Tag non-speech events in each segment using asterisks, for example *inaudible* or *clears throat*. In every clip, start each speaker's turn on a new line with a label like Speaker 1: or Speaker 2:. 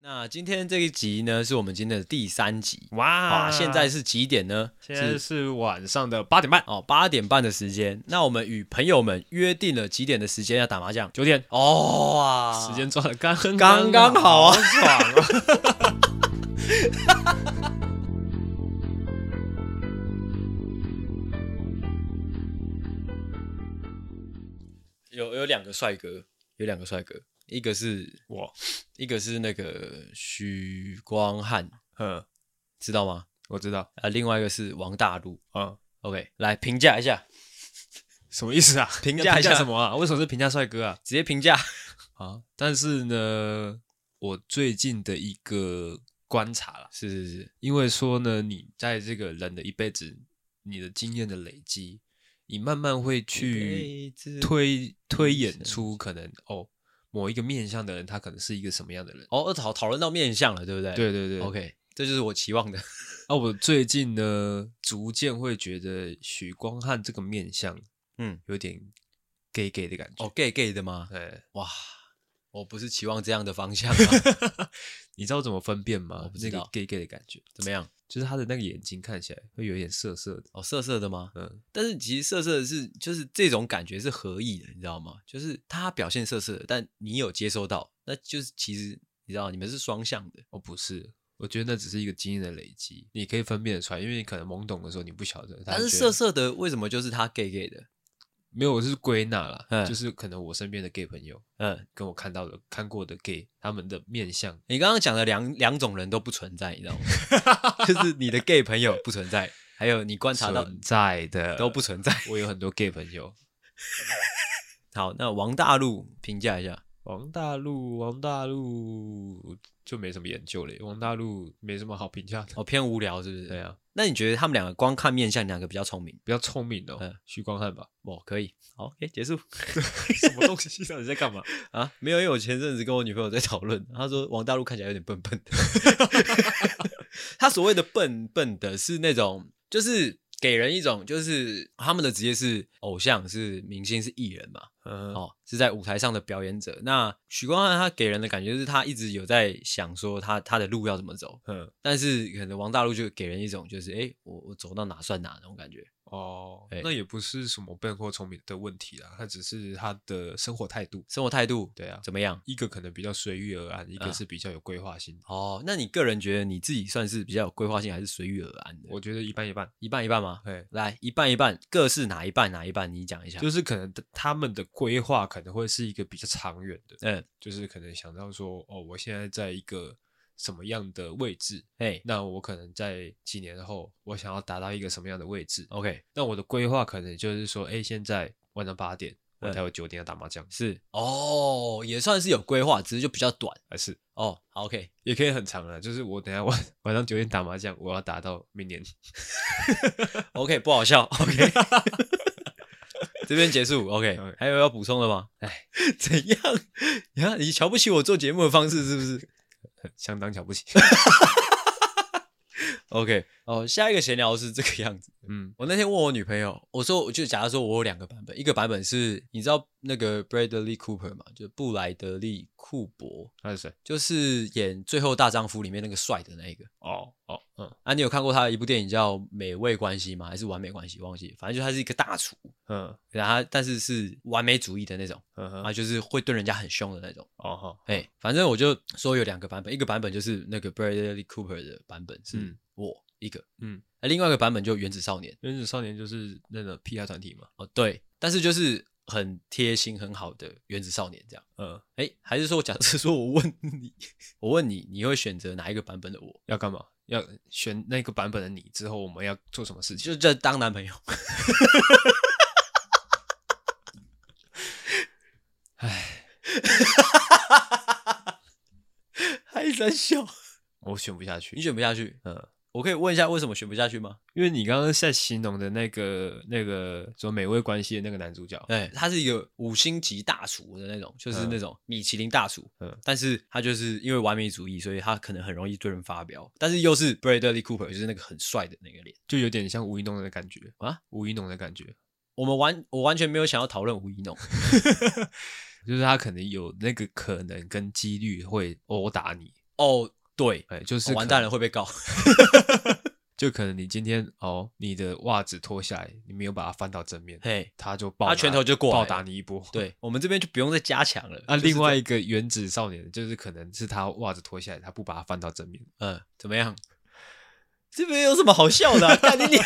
Speaker 1: 那今天这一集呢，是我们今天的第三集
Speaker 2: 哇
Speaker 1: 啊。现在是几点呢？
Speaker 2: 现在
Speaker 1: 是
Speaker 2: 是晚上的八点半，
Speaker 1: 哦八点半的时间。那我们与朋友们约定了几点的时间要打麻将？
Speaker 2: 九点，
Speaker 1: 哦啊，
Speaker 2: 时间抓的刚
Speaker 1: 刚刚好啊
Speaker 2: 好爽啊！
Speaker 1: *laughs* 有有两个帅哥，有两个帅哥，一个是
Speaker 2: 我，
Speaker 1: 一个是那个许光汉，
Speaker 2: 嗯，
Speaker 1: 知道吗？
Speaker 2: 我知道，
Speaker 1: 啊，另外一个是王大陆。
Speaker 2: 嗯，
Speaker 1: OK，来评价一下，
Speaker 2: *laughs* 什么意思啊？
Speaker 1: 评
Speaker 2: 要
Speaker 1: 价一下
Speaker 2: 什么啊？为什么是评价帅哥啊？
Speaker 1: 直接评
Speaker 2: *laughs*
Speaker 1: 价。
Speaker 2: 啊，但是呢，我最近的一个观察啦，
Speaker 1: 是是是，
Speaker 2: 因为说呢，你在这个人的一辈子，你的经验的累积，你慢慢会去推推演出可能哦，某一个面向的人，他可能是一个什么样的人。
Speaker 1: 哦，讨讨论到面相了，对不对？
Speaker 2: 对对对
Speaker 1: OK，这就是我期望的。
Speaker 2: 啊，我最近呢，逐渐会觉得许光汉这个面相
Speaker 1: 嗯，
Speaker 2: 有点 gay gay 的感觉。
Speaker 1: 哦，gay gay 的吗？
Speaker 2: 哎，
Speaker 1: 哇，我不是期望这样的方向、啊， *laughs*
Speaker 2: 你知道怎么分辨
Speaker 1: 我
Speaker 2: 吗
Speaker 1: 不？知
Speaker 2: 那个
Speaker 1: 道
Speaker 2: gay gay 的感觉，
Speaker 1: 怎么样？
Speaker 2: 就是他的那个眼睛看起来会有一点涩涩的。
Speaker 1: 哦，色色的吗？
Speaker 2: 嗯，
Speaker 1: 但是其实色色的是，就是这种感觉是合意的，你知道吗？就是他表现色色的，但你有接收到，那就是其实你知道，你们是双向的。
Speaker 2: 哦，不是，我觉得那只是一个经验的累积，你可以分辨得出来，因为你可能懵懂的时候你不晓得。
Speaker 1: 但
Speaker 2: 他
Speaker 1: 是
Speaker 2: 就觉
Speaker 1: 色
Speaker 2: 得
Speaker 1: 色的为什么就是他 gay gay 的？
Speaker 2: 没有，我是归纳啦，
Speaker 1: 嗯
Speaker 2: 就是可能我身边的 gay 朋友
Speaker 1: 嗯，
Speaker 2: 跟我看到的、看过的 gay，他们的面相
Speaker 1: 你刚刚讲的两两种人都不存在，你知道吗？ *laughs* 就是你的 gay 朋友不存在，还有你观察到
Speaker 2: 存在的
Speaker 1: 都不。存在。
Speaker 2: 我有很多 gay 朋友，
Speaker 1: 好，那王大陆评价一下。
Speaker 2: 王大陆，王大陆就没什么研究嘞，王大陆没什么好评价的。
Speaker 1: 哦，偏无聊是不是？
Speaker 2: 对啊，
Speaker 1: 那你觉得他们两个光看面相，哪个比较聪明？
Speaker 2: 比较聪明哦
Speaker 1: 嗯，
Speaker 2: 许光
Speaker 1: *laughs*
Speaker 2: 汉吧？
Speaker 1: 哦，可以，好，OK，结束
Speaker 2: *laughs*
Speaker 1: *laughs*
Speaker 2: 什么东西？到底在干嘛？
Speaker 1: 啊。没有，因为我前阵子跟我女朋友在讨论，她说王大陆看起来有点笨 *laughs* 笨的。他所谓的笨笨的是那种，就是给人一种，就是他们的职业是偶像、是明星、是艺人嘛，
Speaker 2: 嗯，
Speaker 1: 哦，是在舞台上的表演者。那许光汉他给人的感觉就是他一直有在想说他他的路要怎么走，
Speaker 2: 嗯，
Speaker 1: 但是可能王大陆就给人一种就是，诶，我我走到哪算哪那种感觉。
Speaker 2: 哦
Speaker 1: 哎，
Speaker 2: 那也不是什么笨或聪明的问题啦，他只是他的生活态度。
Speaker 1: 生活态度
Speaker 2: 对啊，
Speaker 1: 怎么样？
Speaker 2: 一个可能比较随遇而安，一
Speaker 1: 啊
Speaker 2: 个是比较有规划性。
Speaker 1: 哦，那你个人觉得你自己算是比较有规划性，还是随遇而安的？
Speaker 2: 我觉得一半一半。
Speaker 1: 一半一半吗？
Speaker 2: 哎，
Speaker 1: 来，一半一半，各是哪一半？哪一半？你讲一下。
Speaker 2: 就是可能他们的规划可能会是一个比较长远的，
Speaker 1: 嗯，
Speaker 2: 就是可能想到说，哦，我现在在一个什么样的位置，
Speaker 1: 哎
Speaker 2: 那我可能在几年后，我想要达到一个什么样的位置？
Speaker 1: ，OK，
Speaker 2: 那我的规划可能就是说，哎，现在晚上八点，我
Speaker 1: 嗯
Speaker 2: 待会九点要打麻将，
Speaker 1: 是哦，也算是有规划，只是就比较短
Speaker 2: 还是
Speaker 1: 哦。好，OK，
Speaker 2: 也可以很长啊，就是我等一下晚晚上九点打麻将，我要打到明年。 *laughs*
Speaker 1: OK，不好 *laughs* 笑。OK，这边结束。OK，
Speaker 2: OK
Speaker 1: 还有要补充的吗？哎，嗯怎样？你看，你瞧不起我做节目的方式是不是
Speaker 2: 相当瞧
Speaker 1: *laughs*
Speaker 2: 不起，
Speaker 1: ？OK，哦，下一个闲聊是这个样子。
Speaker 2: 嗯，
Speaker 1: 我那天问我女朋友，我说，我就假如说我有两个版本，一个版本是你知道那个 Bradley Cooper 嘛，就布莱德利库珀，
Speaker 2: 那是谁？
Speaker 1: 就是演《最后大丈夫》里面那个帅的那一个。
Speaker 2: 哦哦，嗯
Speaker 1: 啊，你有看过他的一部电影叫《美味关系》吗？还是《完美关系》？忘记了，反正就他是一个大厨，
Speaker 2: 嗯
Speaker 1: 然后他但是是完美主义的那种。
Speaker 2: 嗯
Speaker 1: 啊，
Speaker 2: 哼，
Speaker 1: 就是会对人家很凶的那种。
Speaker 2: 哦好，
Speaker 1: 哎、反正我就说有两个版本，一个版本就是那个 Bradley Cooper 的版本是
Speaker 2: 嗯
Speaker 1: 我一个，
Speaker 2: 嗯，
Speaker 1: 啊另外一个版本就原子少年。
Speaker 2: 原子少年就是那个 PR 团体嘛，
Speaker 1: 哦，对，但是就是很贴心、很好的原子少年这样。
Speaker 2: 嗯，
Speaker 1: 哎、还是说，假设说我问你，我问你，你会选择哪一个版本的我？
Speaker 2: 要干嘛？要选那个版本的你之后，我们要做什么事情？
Speaker 1: 就这当男朋友？哎，还在笑，
Speaker 2: 我选不下
Speaker 1: 你
Speaker 2: 去，
Speaker 1: 选不下去？
Speaker 2: 嗯，
Speaker 1: 我可以问一下为什么选不下去吗？
Speaker 2: 因为你刚刚在形容的那个那个什么美味关系的那个男主角，
Speaker 1: 哎，嗯他是一个五星级大厨的那种，就是那种米其林大厨。
Speaker 2: 嗯
Speaker 1: 但是他就是因为完美主义，所以他可能很容易对人发飙。但是又是 Bradley Cooper，就是那个很帅的那个脸
Speaker 2: 就有点像吴一农的感觉
Speaker 1: 啊。
Speaker 2: 吴一农的感觉，
Speaker 1: 我们完，我完全没有想要讨论吴一农。
Speaker 2: 就是他可能有那个可能跟几率会殴打你，
Speaker 1: *laughs* 哦，对，
Speaker 2: 哎，就是
Speaker 1: 哦完
Speaker 2: 可
Speaker 1: 蛋了，会被告。
Speaker 2: 就可能你今天哦，你的袜子脱下来，你没有把它翻到正面，
Speaker 1: 嘿，
Speaker 2: 他就暴
Speaker 1: 他
Speaker 2: 打
Speaker 1: 拳头就过来
Speaker 2: 暴
Speaker 1: 了
Speaker 2: 打你一波。，
Speaker 1: 对我们这边就不用再加强了。
Speaker 2: 那、
Speaker 1: 就是
Speaker 2: 啊另外一个原子少年，就是可能是他袜子脱下来，他不把它翻到正面，
Speaker 1: 这，嗯，怎么样？这边有什么好笑的
Speaker 2: *laughs*
Speaker 1: 啊、干你你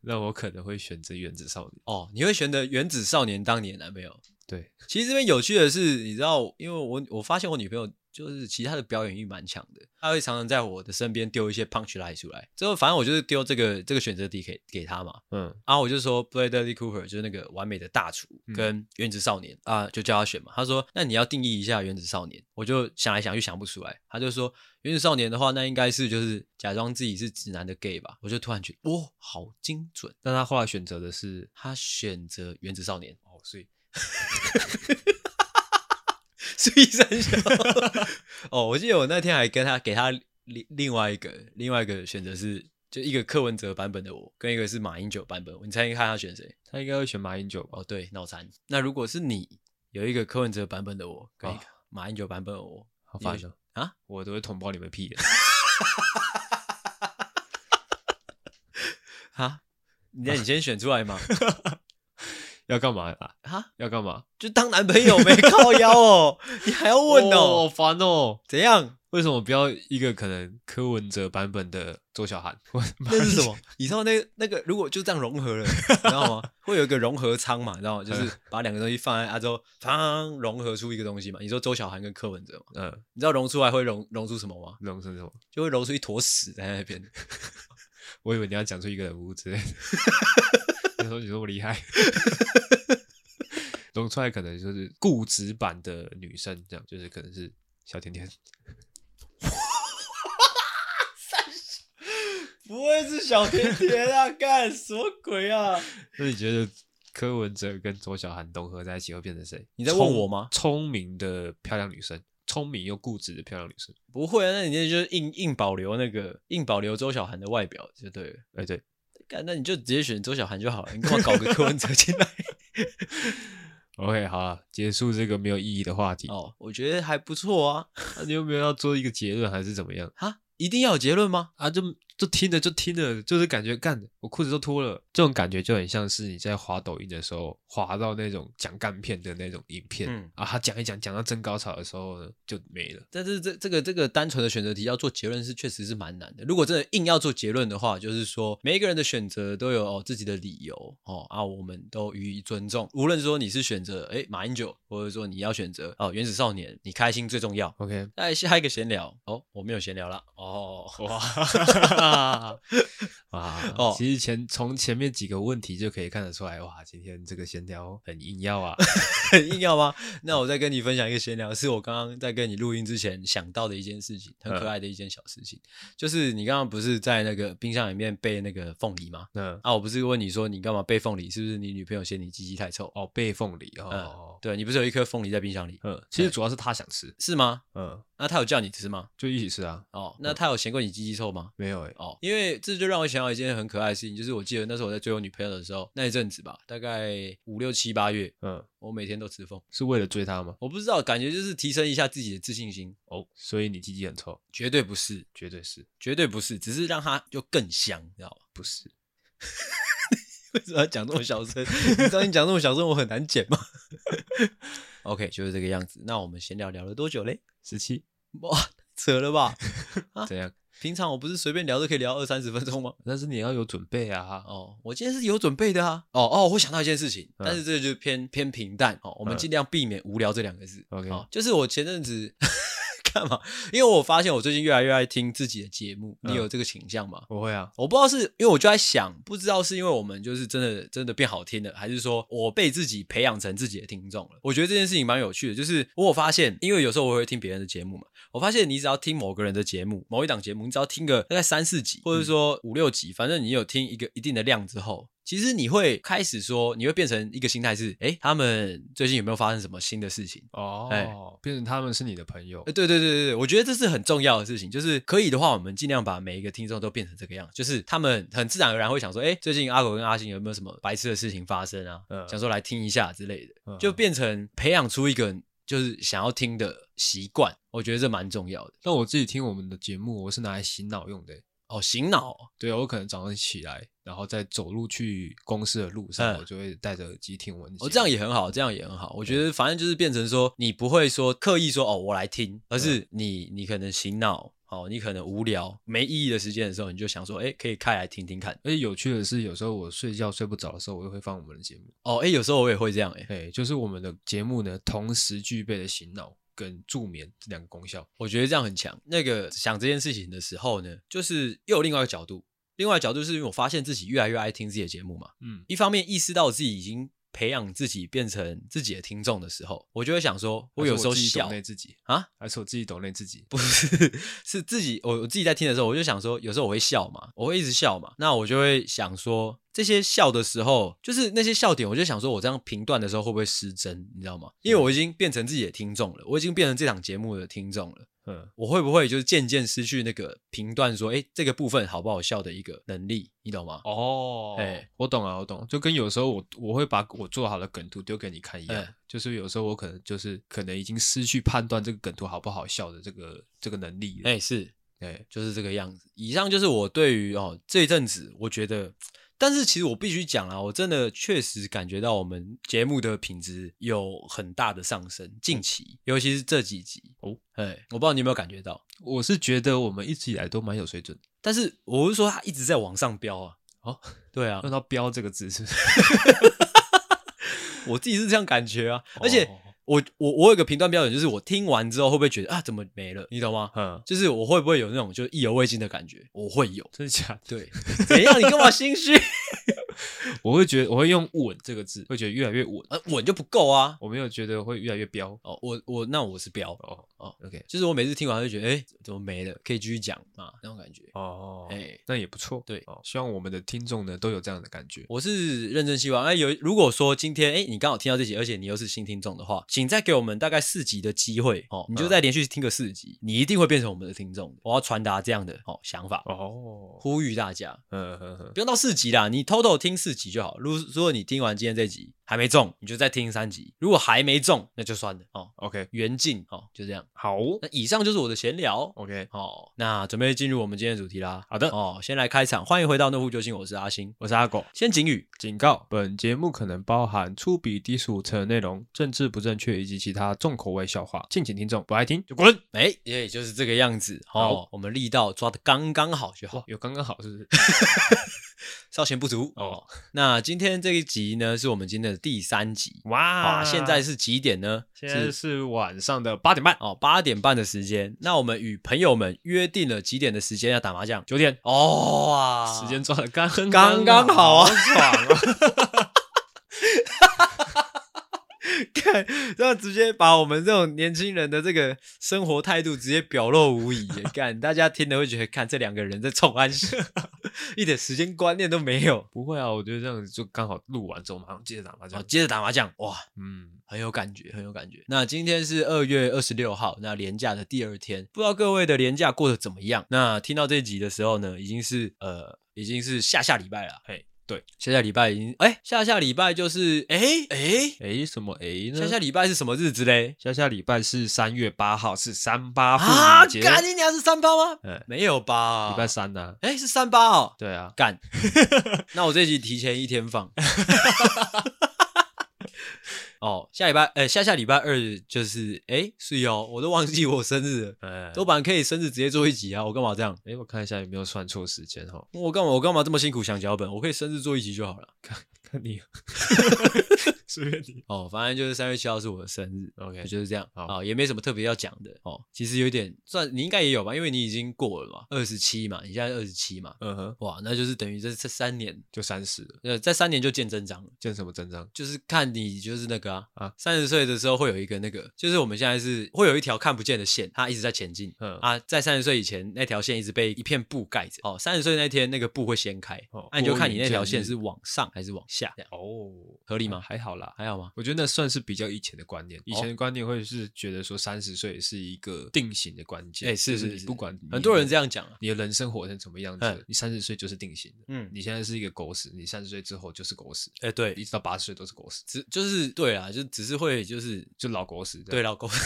Speaker 2: 那我可能会选择原子少年。
Speaker 1: 哦，你会选择原子少年当你的男朋友？
Speaker 2: 对，
Speaker 1: 其实这边有趣的是，你知道，因为我我发现我女朋友就是其实她的表演欲蛮强的，她会常常在我的身边丢一些 punch line 出来。最后反正我就是丢这个这个选择题给给她嘛，
Speaker 2: 嗯
Speaker 1: 然后我就说 Bradley Cooper 就是那个完美的大厨
Speaker 2: 嗯
Speaker 1: 跟原子少年啊、就叫她选嘛。她说那你要定义一下原子少年，我就想来想去想不出来。 *laughs* 她就说原子少年的话，那应该是就是假装自己是直男的 gay 吧。我就突然觉得哇，好精准。
Speaker 2: 那他后来选择的是
Speaker 1: 她选择原子少年，
Speaker 2: 哦，所以
Speaker 1: 所以三小。 *laughs* 哦，我记得我那天还跟他给他另另外一个另外一个选择是，就一个柯文哲版本的我，跟一个是马英九版本。你猜看他选谁？
Speaker 2: 他应该会选马英九吧？
Speaker 1: 哦，对，脑残。那如果是你有一个柯文哲版本的我，跟一个
Speaker 2: 哦
Speaker 1: 马英九版本的我，
Speaker 2: 好烦
Speaker 1: 你
Speaker 2: 哦！
Speaker 1: 啊，
Speaker 2: 我都会捅爆你们屁眼。
Speaker 1: 哈，那 *laughs* 你先选出来嘛，
Speaker 2: 要干嘛啦？
Speaker 1: 哈，
Speaker 2: 要干嘛？
Speaker 1: 就当男朋友没靠腰哦，你还要问
Speaker 2: 哦，好
Speaker 1: 哦？
Speaker 2: 烦哦！
Speaker 1: 怎样？
Speaker 2: 为什么不要一个可能柯文哲版本的周小涵？我
Speaker 1: *laughs* 那是什么？你知道那那个如果就这样融合了，你知道吗？会有一个融合舱嘛，你知道吗？就是把两个东西放在亚洲，砰，融合出一个东西嘛。你说周小涵跟柯文哲嘛，
Speaker 2: 嗯，
Speaker 1: 你知道融出来会融融出什么吗？
Speaker 2: 龙是什么？
Speaker 1: 就会融出一坨屎在那边。
Speaker 2: 我以为你要讲出一个人物之类的。你说你这么厉害，龙出来可能就是固执版的女生，这样就是可能是小甜甜。
Speaker 1: *laughs* 不会是小甜甜啊？干什么鬼啊？
Speaker 2: 那你觉得柯文哲跟周小涵融合在一起会变成谁？
Speaker 1: 你在问
Speaker 2: 聪
Speaker 1: 我吗
Speaker 2: 聪明的漂亮女生，聪明又固执的漂亮女生。
Speaker 1: 不会啊，那你那就是硬硬保留那个硬保留周小涵的外表就对了。
Speaker 2: 哎，对， *laughs*
Speaker 1: 干，那你就直接选周小涵就好了，你干嘛搞个柯文哲进来？
Speaker 2: OK，好了，结束这个没有意义的话题。
Speaker 1: 哦，我觉得还不错啊。
Speaker 2: 那、你有没有要做一个结论，还是怎么样？
Speaker 1: 哈，啊一定要有结论吗？
Speaker 2: 啊，就就听着就听着，就是感觉干，我裤子都脱了，这种感觉就很像是你在滑抖音的时候滑到那种讲干片的那种影片、
Speaker 1: 嗯
Speaker 2: 啊，他讲一讲讲到真高潮的时候呢，就没了。
Speaker 1: 但是这这个这个单纯的选择题要做结论是确实是蛮难的。如果真的硬要做结论的话，就是说每一个人的选择都有、哦、自己的理由哦啊，我们都予以尊重。无论说你是选择诶马英九，或者说你要选择哦原子少年，你开心最重要。 *laughs*
Speaker 2: OK，
Speaker 1: 再来下一个闲聊哦，我没有闲聊了哦， *laughs*
Speaker 2: 哇哇，
Speaker 1: 哦
Speaker 2: 其实前从前面几个问题就可以看得出来，哇，今天这个闲聊很硬
Speaker 1: *laughs*
Speaker 2: 要啊。
Speaker 1: 硬要吗？那我再跟你分享一个闲聊，是我刚刚在跟你录音之前想到的一件事情，很
Speaker 2: 嗯
Speaker 1: 可爱的一件小事情，就是你刚刚不是在那个冰箱里面备那个凤梨吗？
Speaker 2: 那
Speaker 1: 啊，我不是问你说你干嘛备凤梨？是不是你女朋友嫌你鸡鸡太臭？
Speaker 2: 哦，被凤梨
Speaker 1: 嗯
Speaker 2: 哦，，
Speaker 1: 对，你不是有一颗凤梨在冰箱里，
Speaker 2: 嗯，其实主要是他想吃，
Speaker 1: 是吗？
Speaker 2: 嗯，
Speaker 1: 那她有叫你吃吗？
Speaker 2: 就一起吃啊，
Speaker 1: 哦，那她有嫌过你鸡鸡臭吗？
Speaker 2: 没有哎、
Speaker 1: 哦，因为这就让我想到一件很可爱的事情，就是我记得那时候我在追我女朋友的时候，那一阵子吧，大概五六七八月，
Speaker 2: 嗯，
Speaker 1: 我每天都吃凤，
Speaker 2: 是为了追他吗？
Speaker 1: 我不知道，感觉就是提升一下自己的自信心，
Speaker 2: 哦，所以你鸡鸡很臭，
Speaker 1: 绝对不是，
Speaker 2: 绝对是
Speaker 1: 绝对不是，只是让它就更香，你知道吗？ *laughs*
Speaker 2: 不是？
Speaker 1: 为什么要讲这么小声？你知道你讲这么小声，我很难剪吗？OK，就是这个样子。那我们闲聊聊了多久嘞？
Speaker 2: 十七
Speaker 1: 哇，扯了吧！啊
Speaker 2: 怎样？
Speaker 1: 平常我不是随便聊都可以聊二三十分钟吗？
Speaker 2: 但是你要有准备啊！
Speaker 1: 哦，我今天是有准备的啊。哦哦，我想到一件事情，
Speaker 2: 嗯
Speaker 1: 但是这个就偏偏平淡哦。我们
Speaker 2: 嗯
Speaker 1: 尽量避免无聊这两个字。
Speaker 2: OK
Speaker 1: 哦就是我前阵子 *laughs* 干嘛？因为我发现我最近越来越爱听自己的节目，你
Speaker 2: 嗯
Speaker 1: 有这个倾向吗？
Speaker 2: 我会啊，
Speaker 1: 我不知道是因为我就在想，不知道是因为我们就是真的真的变好听了，还是说我被自己培养成自己的听众了？我觉得这件事情蛮有趣的，就是我有发现，因为有时候我会听别人的节目嘛，我发现你只要听某个人的节目，某一档节目，你只要听个大概三四集，或者说五六集，反正你有听一个一定的量之后。其实你会开始说，你会变成一个心态是，诶，他们最近有没有发生什么新的事情？
Speaker 2: 哦，
Speaker 1: 哎
Speaker 2: 变成他们是你的朋友哎
Speaker 1: 呃，，对对对对对，我觉得这是很重要的事情，就是可以的话，我们尽量把每一个听众都变成这个样，就是他们很自然而然会想说，哎，最近阿狗跟阿星有没有什么白痴的事情发生啊？
Speaker 2: 嗯
Speaker 1: 想说来听一下之类的，
Speaker 2: 嗯
Speaker 1: 就变成培养出一个就是想要听的习惯，我觉得这蛮重要的。
Speaker 2: 但我自己听我们的节目，我是拿来洗脑用的欸。
Speaker 1: 哦，醒脑，
Speaker 2: 对啊，我可能早上起来，然后在走路去公司的路上，
Speaker 1: 嗯
Speaker 2: 我就会戴着耳机听我们。
Speaker 1: 哦，这样也很好，这样也很好。我觉得反正就是变成说，你不会说刻意说哦，我来听，而
Speaker 2: 嗯
Speaker 1: 是你你可能醒脑，哦，你可能无聊没意义的时间的时候，你就想说，哎，可以开来听听看。
Speaker 2: 而且哎有趣的是，有时候我睡觉睡不着的时候，我就会放我们的节目。
Speaker 1: 哦，哎，有时候我也会这样，哎，
Speaker 2: 对，就是我们的节目呢，同时具备了醒脑跟助眠这两个功效。
Speaker 1: 我觉得这样很强。那个想这件事情的时候呢，就是又有另外一个角度，另外一个角度是因为我发现自己越来越爱听自己的节目嘛，
Speaker 2: 嗯，
Speaker 1: 一方面意识到自己已经培养自己变成自己的听众的时候，我就会想说，我有时候
Speaker 2: 还是我自己
Speaker 1: 笑
Speaker 2: 懂内自己
Speaker 1: 啊，
Speaker 2: 还是我自己懂内自己。
Speaker 1: 不是，是自己我我自己在听的时候，我就想说，有时候我会笑嘛，我会一直笑嘛，那我就会想说，这些笑的时候，就是那些笑点，我就想说，我这样评断的时候会不会失真，你知道吗？
Speaker 2: 嗯
Speaker 1: 因为我已经变成自己的听众了，我已经变成这档节目的听众了，
Speaker 2: 嗯，
Speaker 1: 我会不会就是渐渐失去那个评断说，哎，这个部分好不好笑的一个能力，你懂吗？
Speaker 2: 哦
Speaker 1: 哎
Speaker 2: 我懂啊，我懂。就跟有时候我我会把我做好的梗图丢给你看一样，
Speaker 1: 哎
Speaker 2: 就是有时候我可能就是可能已经失去判断这个梗图好不好笑的这个这个能力了。
Speaker 1: 哎，是，
Speaker 2: 哎
Speaker 1: 就是这个样子。以上就是我对于哦这一阵子，我觉得，但是其实我必须讲啦，我真的确实感觉到我们节目的品质有很大的上升，近期，尤其是这几集
Speaker 2: 哦，
Speaker 1: 哎，我不知道你有没有感觉到，
Speaker 2: 我是觉得我们一直以来都蛮有水准的，
Speaker 1: 但是我是说它一直在往上飙啊。
Speaker 2: 哦，
Speaker 1: *laughs* 对啊
Speaker 2: 用，到“标”这个字 *laughs* 是不是？
Speaker 1: 我自己是这样感觉啊，而且
Speaker 2: 哦 *laughs*
Speaker 1: 我我我有个评断标准，就是我听完之后会不会觉得啊怎么没了，你懂吗？
Speaker 2: 嗯，
Speaker 1: 就是我会不会有那种就是意犹未尽的感觉？我会有，
Speaker 2: 真的假的？
Speaker 1: 对，怎样？你干嘛心虚？
Speaker 2: 我会觉得我会用“稳”这个字，会觉得越来越稳。
Speaker 1: 啊，稳就不够啊，
Speaker 2: 我没有觉得会越来越标。
Speaker 1: 哦，我我那我是标，
Speaker 2: 哦
Speaker 1: 哦
Speaker 2: ，OK，
Speaker 1: 就是我每次听完就觉得，哎、怎么没了？可以继续讲嘛，那种感觉。
Speaker 2: 哦
Speaker 1: 哎、
Speaker 2: 那也不错。
Speaker 1: 对
Speaker 2: 哦，希望我们的听众呢都有这样的感觉。
Speaker 1: 我是认真希望，哎、有如果说今天，哎、你刚好听到这集，而且你又是新听众的话，请再给我们大概四集的机会哦，你就再连续听个四集，你一定会变成我们的听众的。我要传达这样的哦想法，
Speaker 2: 哦，
Speaker 1: 呼吁大家，
Speaker 2: 嗯嗯嗯，
Speaker 1: 不用到四集啦，你偷偷听四集就好。如如果你听完今天这集还没中，你就再听三集；如果还没中，那就算了哦，
Speaker 2: OK，
Speaker 1: 缘尽哦，就这样。
Speaker 2: 好
Speaker 1: 那以上就是我的闲聊。
Speaker 2: ，OK，
Speaker 1: 哦，那准备进入我们今天的主题啦。
Speaker 2: 好的
Speaker 1: 哦，先来开场，欢迎回到《那户救星》，我是阿星。
Speaker 2: 我是阿狗。
Speaker 1: 先警语，
Speaker 2: 警告：本节目可能包含粗鄙低俗成人内容、政治不正确以及其他重口味笑话，敬请听众不爱听就滚。
Speaker 1: 哎，也就是这个样子哦
Speaker 2: 好。
Speaker 1: 我们力道抓的刚刚好就
Speaker 2: 哇
Speaker 1: 好，，
Speaker 2: 有刚刚好是不是？
Speaker 1: 稍嫌不足哦
Speaker 2: 哦。
Speaker 1: 那今天这一集呢，是我们今天的第三集
Speaker 2: 哇
Speaker 1: 啊。现在是几点呢？
Speaker 2: 现在是晚上的八点半，
Speaker 1: 哦，八点半的时间。那我们与朋友们约定了几点的时间要打麻将？
Speaker 2: 九点，
Speaker 1: 哦啊，
Speaker 2: 时间抓的刚刚
Speaker 1: 刚刚好啊
Speaker 2: 好爽啊！ *laughs*
Speaker 1: 看，然后直接把我们这种年轻人的这个生活态度直接表露无 *laughs* 遗耶。干，大家听了会觉得，看这两个人在冲 *laughs* 安息，一点时间观念都没有。
Speaker 2: 不会啊，我觉得这样子就刚好录完之后马上接着打麻
Speaker 1: 然
Speaker 2: 将
Speaker 1: 后。接着打麻将，哇，
Speaker 2: 嗯，
Speaker 1: 很有感觉，很有感觉。那今天是二月二十六号，那连假的第二天，不知道各位的连假过得怎么样？那听到这一集的时候呢，已经是呃，已经是下下礼拜了。
Speaker 2: 嘿，对，
Speaker 1: 下下礼拜已经，哎，下下礼拜就是，哎哎，
Speaker 2: 诶，什么诶呢？
Speaker 1: 下下礼拜是什么日子嘞？
Speaker 2: 下下礼拜是三月八号，是三八妇
Speaker 1: 啊，
Speaker 2: 女节，
Speaker 1: 干你娘是三八吗？
Speaker 2: 哎，
Speaker 1: 没有吧？
Speaker 2: 礼拜，三呢？
Speaker 1: 哎、是三八哦。
Speaker 2: 对啊，
Speaker 1: 干， *laughs* 那我这集提前一天放。 *laughs* 哦，下礼拜，呃，下下礼拜二就是，哎、是哦，我都忘记我生日了。
Speaker 2: 哎，
Speaker 1: 都本来可以生日直接做一集啊，我干嘛这样？
Speaker 2: 诶，我看一下有没有算错时间哈。
Speaker 1: 我干嘛我干嘛这么辛苦想脚本？我可以生日做一集就好了。
Speaker 2: 看你，随便你。
Speaker 1: 哦，反正就是三月七号是我的生日
Speaker 2: OK，
Speaker 1: 就是这样
Speaker 2: 好
Speaker 1: 啊、也没什么特别要讲的哦。其实有点算，你应该也有吧，因为你已经过了嘛，二十七嘛，你现在二十七嘛，
Speaker 2: 嗯哼，
Speaker 1: 哇，那就是等于这这三年，
Speaker 2: 就三十了，
Speaker 1: 呃，在三年就见真章了。
Speaker 2: 见什么真章？
Speaker 1: 就是看你就是那个啊
Speaker 2: 啊
Speaker 1: 三十岁的时候会有一个那个，就是我们现在是会有一条看不见的线，它一直在前进。
Speaker 2: 嗯
Speaker 1: 啊，在三十岁以前，那条线一直被一片布盖着。哦，三十岁那天那个布会掀开，那、
Speaker 2: 哦
Speaker 1: 你就看你
Speaker 2: 拨云
Speaker 1: 那条线
Speaker 2: 见日
Speaker 1: 是往上还是往
Speaker 2: 下，
Speaker 1: 哦，合理吗？
Speaker 2: 还好啦，
Speaker 1: 还好吗？
Speaker 2: 我觉得那算是比较以前的观念，以
Speaker 1: 哦
Speaker 2: 前的观念会是觉得说三十岁是一个定型的关键，
Speaker 1: 哎是
Speaker 2: 就是你
Speaker 1: 是
Speaker 2: 不管你
Speaker 1: 很多人
Speaker 2: 的
Speaker 1: 这样讲啊，
Speaker 2: 你的人生活成什么样
Speaker 1: 嗯
Speaker 2: 子，你三十岁就是定型的。
Speaker 1: 嗯，
Speaker 2: 你现在是一个狗屎，你三十岁之后就是狗屎，
Speaker 1: 哎，对，
Speaker 2: 一直到八十岁都是狗屎，
Speaker 1: 只就是对啦，就只是会就是
Speaker 2: 就老狗屎。
Speaker 1: 对，老公， *laughs*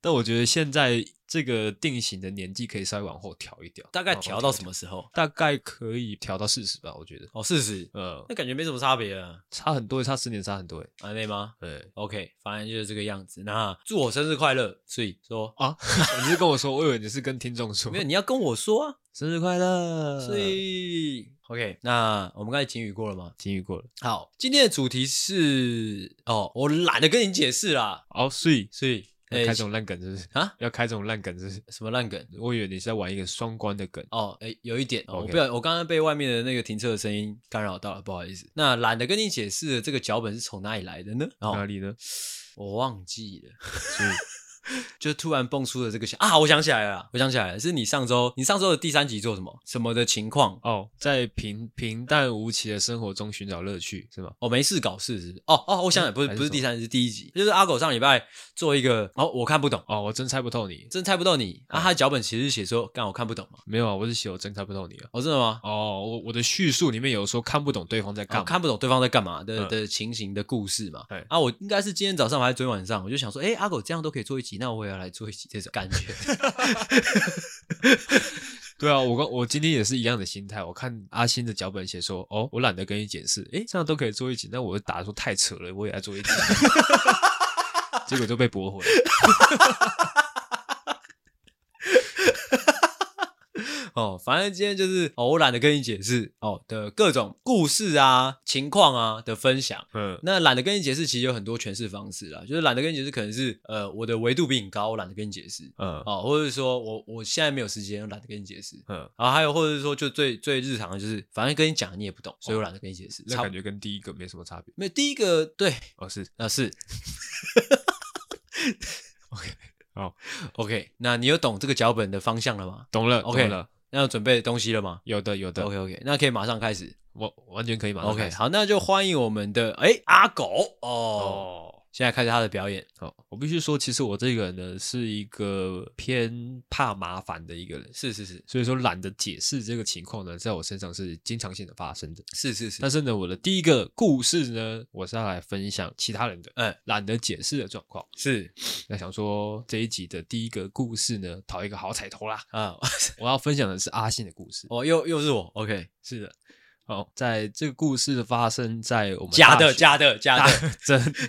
Speaker 2: 但我觉得现在这个定型的年纪可以稍微往后调一调，
Speaker 1: 大概
Speaker 2: 往后
Speaker 1: 调到
Speaker 2: 一
Speaker 1: 什么时候？
Speaker 2: 大概可以调到四十吧，我觉得。
Speaker 1: 哦，四十，
Speaker 2: 呃，
Speaker 1: 那感觉没什么差别啊，
Speaker 2: 差很多，差十年，差很多。欸
Speaker 1: 啊，对吗
Speaker 2: 对 *laughs*
Speaker 1: ？OK，反正就是这个样子。那祝我生日快乐，所以说
Speaker 2: 啊，你是跟我说，我以为你是跟听众说
Speaker 1: 没有，你要跟我说啊。
Speaker 2: 生日快乐，
Speaker 1: 所以呃 OK，那我们刚才警语过了吗？
Speaker 2: 金鱼过了，
Speaker 1: 好，今天的主题是哦，我懒得跟你解释啦，
Speaker 2: 哦，所以
Speaker 1: 所以
Speaker 2: 要
Speaker 1: 哎
Speaker 2: 开这种烂梗是不是？
Speaker 1: 啊，
Speaker 2: 要开这种烂梗是不是？
Speaker 1: 什么烂梗？
Speaker 2: 我以为你是在玩一个双关的梗。
Speaker 1: 哦，哎，有一点，哦、我
Speaker 2: OK
Speaker 1: 不要，我刚刚被外面的那个停车的声音干扰到了，不好意思。那懒得跟你解释的这个脚本是从哪里来的呢？
Speaker 2: 哪
Speaker 1: 哦，
Speaker 2: 里呢？
Speaker 1: 我忘记了，
Speaker 2: 所以
Speaker 1: *laughs* 就突然蹦出了这个想啊，我想起来了啦，我想起来了，是你上周你上周的第三集做什么什么的情况？
Speaker 2: 哦，在平平淡无奇的生活中寻找乐趣是吗？
Speaker 1: 哦，没事搞事是不是哦哦，我想想，不是
Speaker 2: 嗯还是
Speaker 1: 不是
Speaker 2: 什么
Speaker 1: 第三集，是第一集，就是阿狗上礼拜做一个哦，我看不懂，
Speaker 2: 哦，我真猜不透你。
Speaker 1: 真猜不到你
Speaker 2: 嗯
Speaker 1: 啊，他的脚本其实写说，干我看不懂嘛，
Speaker 2: 没有啊，我是写我真猜不透你啊。
Speaker 1: 哦，真的吗？
Speaker 2: 哦，我我的叙述里面有说看不懂对方在干
Speaker 1: 哦
Speaker 2: 嘛。
Speaker 1: 看不懂对方在干嘛的
Speaker 2: 嗯
Speaker 1: 的情形的故事嘛
Speaker 2: 对。
Speaker 1: 啊，我应该是今天早上还是昨天晚上，我就想说，哎，阿狗这样都可以做一集，那我也要来做一集这种感
Speaker 2: *laughs*
Speaker 1: 觉。
Speaker 2: 对啊，我刚我今天也是一样的心态。我看阿星的脚本写说，哦，我懒得跟你解释，诶，这样都可以做一集，那我就打说太扯了，我也来做 *laughs* 一集，结果就被驳回。
Speaker 1: 哦，反正今天就是哦，我懒得跟你解释哦的各种故事啊、情况啊的分享。
Speaker 2: 嗯，
Speaker 1: 那懒得跟你解释，其实有很多诠释方式啦，就是懒得跟你解释，可能是呃我的维度比你高，我懒得跟你解释。
Speaker 2: 嗯
Speaker 1: 哦，或者说我我现在没有时间，懒得跟你解释。
Speaker 2: 嗯，
Speaker 1: 然后还有，或者是说，就最最日常的就是，反正跟你讲你也不懂，所以我懒得跟你解释。
Speaker 2: 那
Speaker 1: 差
Speaker 2: 感
Speaker 1: 不多
Speaker 2: 觉跟第一个没什么差别。
Speaker 1: 没有第一个对
Speaker 2: 哦，是
Speaker 1: 啊是，OK
Speaker 2: *laughs* 好
Speaker 1: OK，那你有懂这个脚本的方向了吗？
Speaker 2: 懂了
Speaker 1: OK
Speaker 2: 懂了，
Speaker 1: 那有准备的东西了吗
Speaker 2: 有的有的，
Speaker 1: ？OK OK，那可以马上开始。
Speaker 2: 我完全可以马上
Speaker 1: OK，
Speaker 2: 开始。
Speaker 1: 好，那就欢迎我们的哎阿狗哦，
Speaker 2: 哦。
Speaker 1: 现在开始他的表演。
Speaker 2: 好，我必须说，其实我这个人呢是一个偏怕麻烦的一个人，
Speaker 1: 是是是
Speaker 2: 所以说懒得解释这个情况呢，在我身上是经常性的发生的。
Speaker 1: 是是是
Speaker 2: 但，是呢，我的第一个故事呢，我是要来分享其他人的，
Speaker 1: 嗯，
Speaker 2: 懒得解释的状况。
Speaker 1: 是
Speaker 2: 那想说这一集的第一个故事呢，讨一个好彩头啦。
Speaker 1: 啊， *laughs*
Speaker 2: 我要分享的是阿信的故事。
Speaker 1: 哦又又是我 OK，
Speaker 2: 是的，哦，在这个故事发生在我们
Speaker 1: 假的假
Speaker 2: 假
Speaker 1: 的假的，
Speaker 2: 的真的
Speaker 1: *laughs*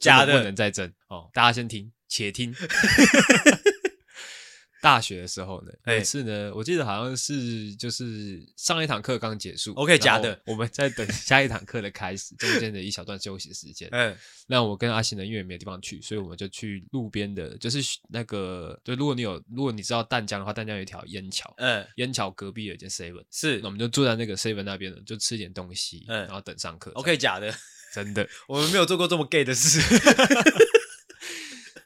Speaker 1: 假
Speaker 2: 真不
Speaker 1: 的
Speaker 2: 能再真哦，大家先听，且
Speaker 1: *laughs*
Speaker 2: 听。大学的时候呢，
Speaker 1: 哎
Speaker 2: 有一次呢，我记得好像是就是上一堂课刚结束
Speaker 1: OK，假的
Speaker 2: 然后我
Speaker 1: *laughs*
Speaker 2: 们在等下一堂课的开始，中间的一小段休息时间。
Speaker 1: 嗯
Speaker 2: 那我跟阿信呢，因为没地方去，所以我们就去路边的，就是那个，就如果你有，如果你知道淡江的话，淡江有一条烟桥，
Speaker 1: 嗯
Speaker 2: 烟桥隔壁有一间 Seven，
Speaker 1: 是
Speaker 2: 那我们就坐在那个 Seven 那边呢，就吃点东西，
Speaker 1: 嗯
Speaker 2: 然后等上课。
Speaker 1: OK 假的， *laughs*
Speaker 2: 真的。
Speaker 1: 我们没有做过这么 gay 的事。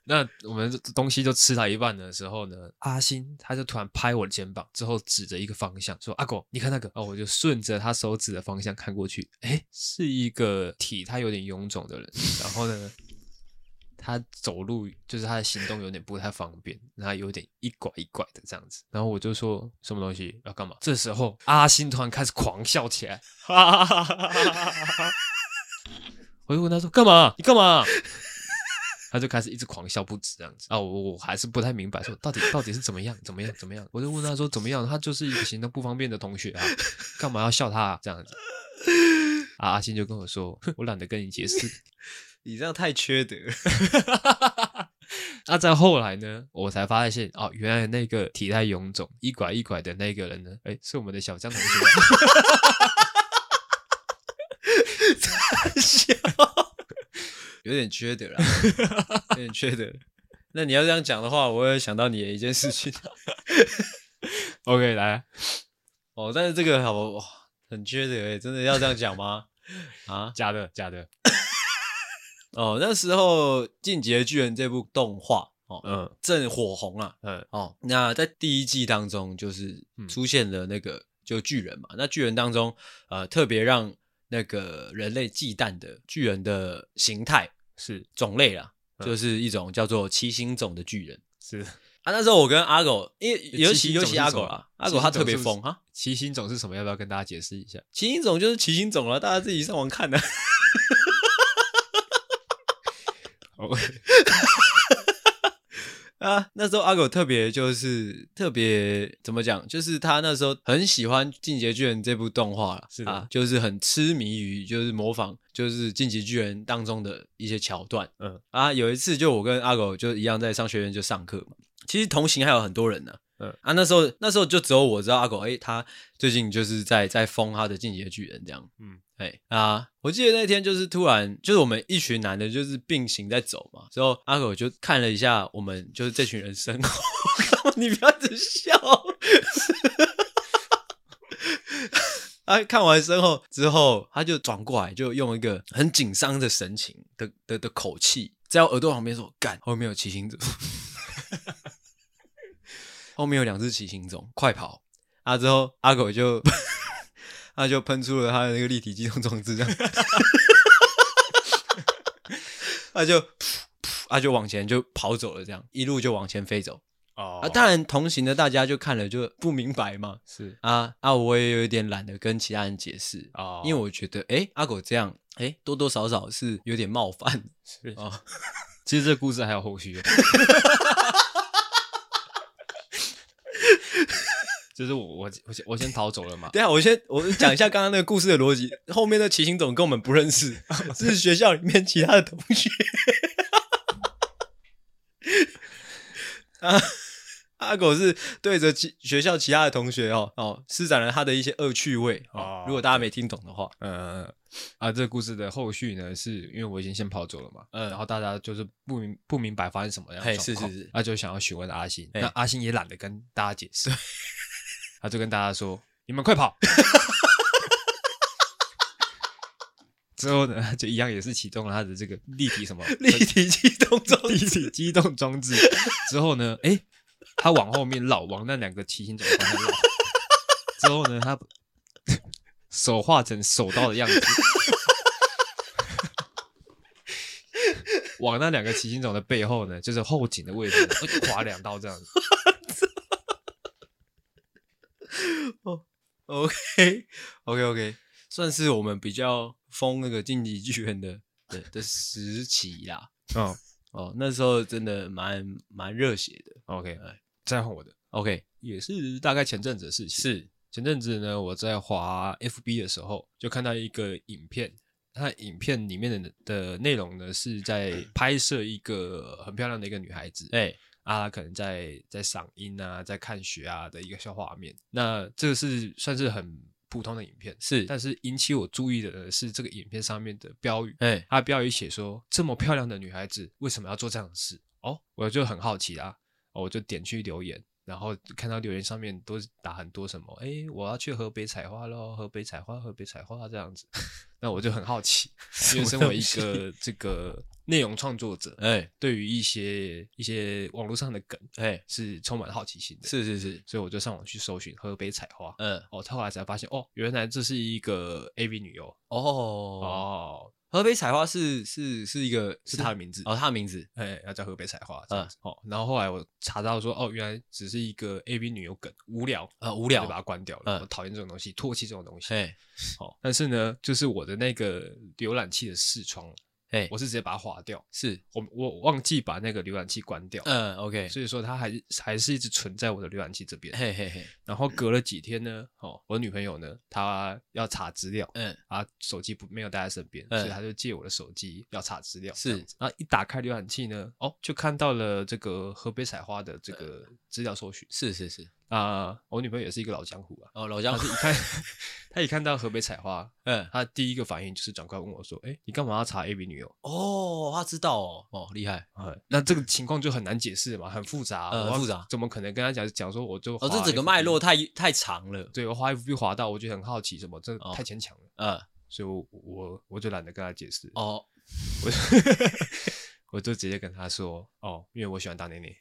Speaker 2: 那我们东西就吃到一半的时候呢，阿星他就突然拍我的肩膀，之后指着一个方向说：“阿狗，你看那个。”哦，我就顺着他手指的方向看过去，诶，是一个体态有点臃肿的人，然后呢，他走路就是他的行动有点不太方便，然后有点一拐一拐的这样子。然后我就说什么东西要干嘛？这时候阿星突然开始狂笑起来， *laughs* 哈哈哈哈哈哈！我就问他说：“干嘛？你干嘛？”他就开始一直狂笑不止这样子啊，我我还是不太明白，说到底到底是怎么样，怎么样，怎么样？我就问他说怎么样，他就是一个行动不方便的同学啊，干嘛要笑他、啊、这样子？啊，阿信就跟我说，哼我懒得跟你解释。
Speaker 1: *laughs*
Speaker 2: *laughs*
Speaker 1: 你这样太缺 *laughs* 德了。
Speaker 2: 那啊再后来呢，我才发现哦，原来那个体态臃肿、一拐一拐的那个人呢，哎，是我们的小江同 *laughs* 学。啊
Speaker 1: 有点缺德啦，有点缺德。那你要这样讲的话，我会想到你的一件事 *laughs* 情
Speaker 2: OK，来，啊
Speaker 1: 哦。但是这个好哇，很缺德诶，真的要这样讲 *laughs* 吗？啊，
Speaker 2: 假的，假的，
Speaker 1: 哦，那时候《进击的巨人》这部动画哦
Speaker 2: 嗯
Speaker 1: 正火红啊，
Speaker 2: 嗯，
Speaker 1: 哦，那在第一季当中就是
Speaker 2: 嗯
Speaker 1: 出现了那个。就巨人嘛。那巨人当中，呃，特别让那个人类忌惮的巨人的形态
Speaker 2: 是
Speaker 1: 种类啦，
Speaker 2: 嗯
Speaker 1: 就是一种叫做七星种的巨人
Speaker 2: 是，
Speaker 1: 啊。那时候我跟阿狗，因为尤
Speaker 2: 七
Speaker 1: 其
Speaker 2: 星种
Speaker 1: 尤
Speaker 2: 是
Speaker 1: 其阿
Speaker 2: 什么
Speaker 1: 狗啦，阿狗他特别
Speaker 2: 七星种是
Speaker 1: 疯哈。
Speaker 2: 七星种是什么？要不要跟大家解释一下？
Speaker 1: 七星种就是七星种啊了，大家自己上网看的、
Speaker 2: *laughs* 哦，
Speaker 1: 啊，那时候阿狗特别就是特别怎么讲，就是他那时候很喜欢《进击巨人》这部动画了，
Speaker 2: 是的
Speaker 1: 啊，就是很痴迷于就是模仿就是《进击巨人》当中的一些桥段，
Speaker 2: 嗯
Speaker 1: 啊，有一次就我跟阿狗就一样在商学院就上课嘛，其实同行还有很多人呢、
Speaker 2: 嗯
Speaker 1: 啊，那时候那时候就只有我知道阿狗，诶、他最近就是在在封他的《进击巨人》这样，
Speaker 2: 嗯，
Speaker 1: 哎啊！我记得那天就是突然，就是我们一群男的，就是并行在走嘛。之后阿狗就看了一下我们，就是这群人身后，你不要一直笑。 *laughs* 他看完身后之后，他就转过来，就用一个很紧张的神情的的的口气，在我耳朵旁边说：“干，后面有七星种， *laughs* 后面有两只七星种，快跑！”啊，之后阿狗就 *laughs* 他就喷出了他的那个立体机动装置，这样， *laughs* 他就噗噗他就往前就跑走了，这样一路就往前飞走。
Speaker 2: 哦
Speaker 1: 啊，当然同行的大家就看了就不明白嘛。
Speaker 2: 是
Speaker 1: 啊啊，我也有一点懒得跟其他人解释，
Speaker 2: 哦，
Speaker 1: 因为我觉得哎、诶阿狗这样哎、诶多多少少是有点冒犯
Speaker 2: 是
Speaker 1: 哦。
Speaker 2: *laughs* 其实这故事还有后续哦。 *laughs* 就是我我我先我先逃走了嘛，
Speaker 1: 等一下，我先我讲一下刚刚那个故事的逻辑。后面的骑行总跟我们不认识，是学校里面其他的同学。啊，阿狗是对着其学校其他的同学哦哦，施展了他的一些恶趣味哦
Speaker 2: 哦。
Speaker 1: 如果大家没听懂的话，
Speaker 2: 呃啊，这个故事的后续呢，是因为我已经先跑走了嘛，
Speaker 1: 嗯
Speaker 2: 然后大家就是不明不明白发生什么样的
Speaker 1: 嘿
Speaker 2: 状况，
Speaker 1: 是是是
Speaker 2: 那、就想要询问阿星，
Speaker 1: 嘿
Speaker 2: 那阿星也懒得跟大家解释，他就跟大家说：“你们快
Speaker 1: *laughs*
Speaker 2: 跑！”之后呢，他就一样也是启动了他的这个立体什么
Speaker 1: 立体机动装
Speaker 2: 立
Speaker 1: 置
Speaker 2: 体机动装置，之后呢，诶，他往后面绕，往那两个骑行者的方向绕，之后呢，他手画成手刀的样子，往那两个骑行者的背后呢，就是后颈的位置呃划两刀这样子。
Speaker 1: *laughs* ，OK OK OK，算是我们比较封那个晋级巨人的的的时期啦。
Speaker 2: 嗯
Speaker 1: 哦，那时候真的蛮蛮热血的。
Speaker 2: ，OK，
Speaker 1: 哎
Speaker 2: 再换我的，
Speaker 1: OK，
Speaker 2: 也是大概前阵子的事情。
Speaker 1: 是
Speaker 2: 前阵子呢，我在滑 FB 的时候，就看到一个影片，它影片里面的的内容呢是 *clears throat* 在拍摄一个很漂亮的一个女孩子，
Speaker 1: 哎、
Speaker 2: 啊，她可能在在赏樱啊，在看雪啊的一个小画面。那这个是算是很普通的影片，
Speaker 1: 是
Speaker 2: 但是引起我注意的呢是这个影片上面的标语，
Speaker 1: 哎、
Speaker 2: 它的标语写说这么漂亮的女孩子为什么要做这样的事？哦，我就很好奇啦，哦我就点去留言，然后看到留言上面都是打很多什么，哎，我要去河北采花喽，河北采花，河北采花这样子， *laughs* 那我就很
Speaker 1: *laughs*
Speaker 2: 好奇，因为身为一个这个内容创作者，
Speaker 1: 哎
Speaker 2: 对于一些一些网络上的梗
Speaker 1: 哎，
Speaker 2: 是充满好奇心的，，
Speaker 1: 是是是，
Speaker 2: 所以我就上网去搜寻河北采花。
Speaker 1: 嗯，
Speaker 2: 哦，他后来才发现，哦，原来这是一个 A V 女优
Speaker 1: 哦，
Speaker 2: 哦，
Speaker 1: 河北采花是是是一个
Speaker 2: 是她的名字
Speaker 1: 哦，嗯他的名字，
Speaker 2: 哎，要叫河北采花这样子、哦。然后后来我查到说，哦，原来只是一个 A V 女友梗，无聊
Speaker 1: 啊无
Speaker 2: 无
Speaker 1: 聊
Speaker 2: 把它关掉了。
Speaker 1: 嗯
Speaker 2: 我讨厌这种东西，唾弃这种东西。
Speaker 1: 哎
Speaker 2: 哦，但是呢，就是我的那个浏览器的视窗，
Speaker 1: 哎，
Speaker 2: 我是直接把它划掉，
Speaker 1: 是，
Speaker 2: 我我忘记把那个浏览器关掉，
Speaker 1: 嗯，OK，
Speaker 2: 所以说它还是还是一直存在我的浏览器这边。
Speaker 1: 嘿嘿嘿，
Speaker 2: 然后隔了几天呢，哦，我女朋友呢，她要查资料，
Speaker 1: 嗯
Speaker 2: 啊，手机不没有带在身边，
Speaker 1: 嗯
Speaker 2: 所以他就借我的手机要查资料。
Speaker 1: 是
Speaker 2: 这样子，然后一打开浏览器呢，哦，就看到了这个河北采花的这个
Speaker 1: 嗯
Speaker 2: 资料搜寻
Speaker 1: 是是是，
Speaker 2: 啊、我女朋友也是一个老江湖啊，
Speaker 1: 哦老
Speaker 2: 然
Speaker 1: 姜
Speaker 2: 后，一看，她一看到河北采花，
Speaker 1: 嗯，
Speaker 2: 她第一个反应就是转过来问我说：“哎，你干嘛要查 A B 女友
Speaker 1: 哦他知道哦，哦厉害，？”
Speaker 2: 啊，那这个情况就很难解释嘛，很复杂，
Speaker 1: 呃
Speaker 2: 我要
Speaker 1: 很复杂
Speaker 2: 怎么可能跟她讲讲说我就
Speaker 1: 哦
Speaker 2: 滑
Speaker 1: 这整个
Speaker 2: FB
Speaker 1: 脉络，太太长了，
Speaker 2: 对我滑 F B 滑到，我就很好奇，什么这
Speaker 1: 哦
Speaker 2: 太牵强了，
Speaker 1: 嗯，
Speaker 2: 所以我我我就懒得跟她解释。
Speaker 1: 哦
Speaker 2: 我我 *laughs* 就直接跟他说，哦，因为我喜欢大内内。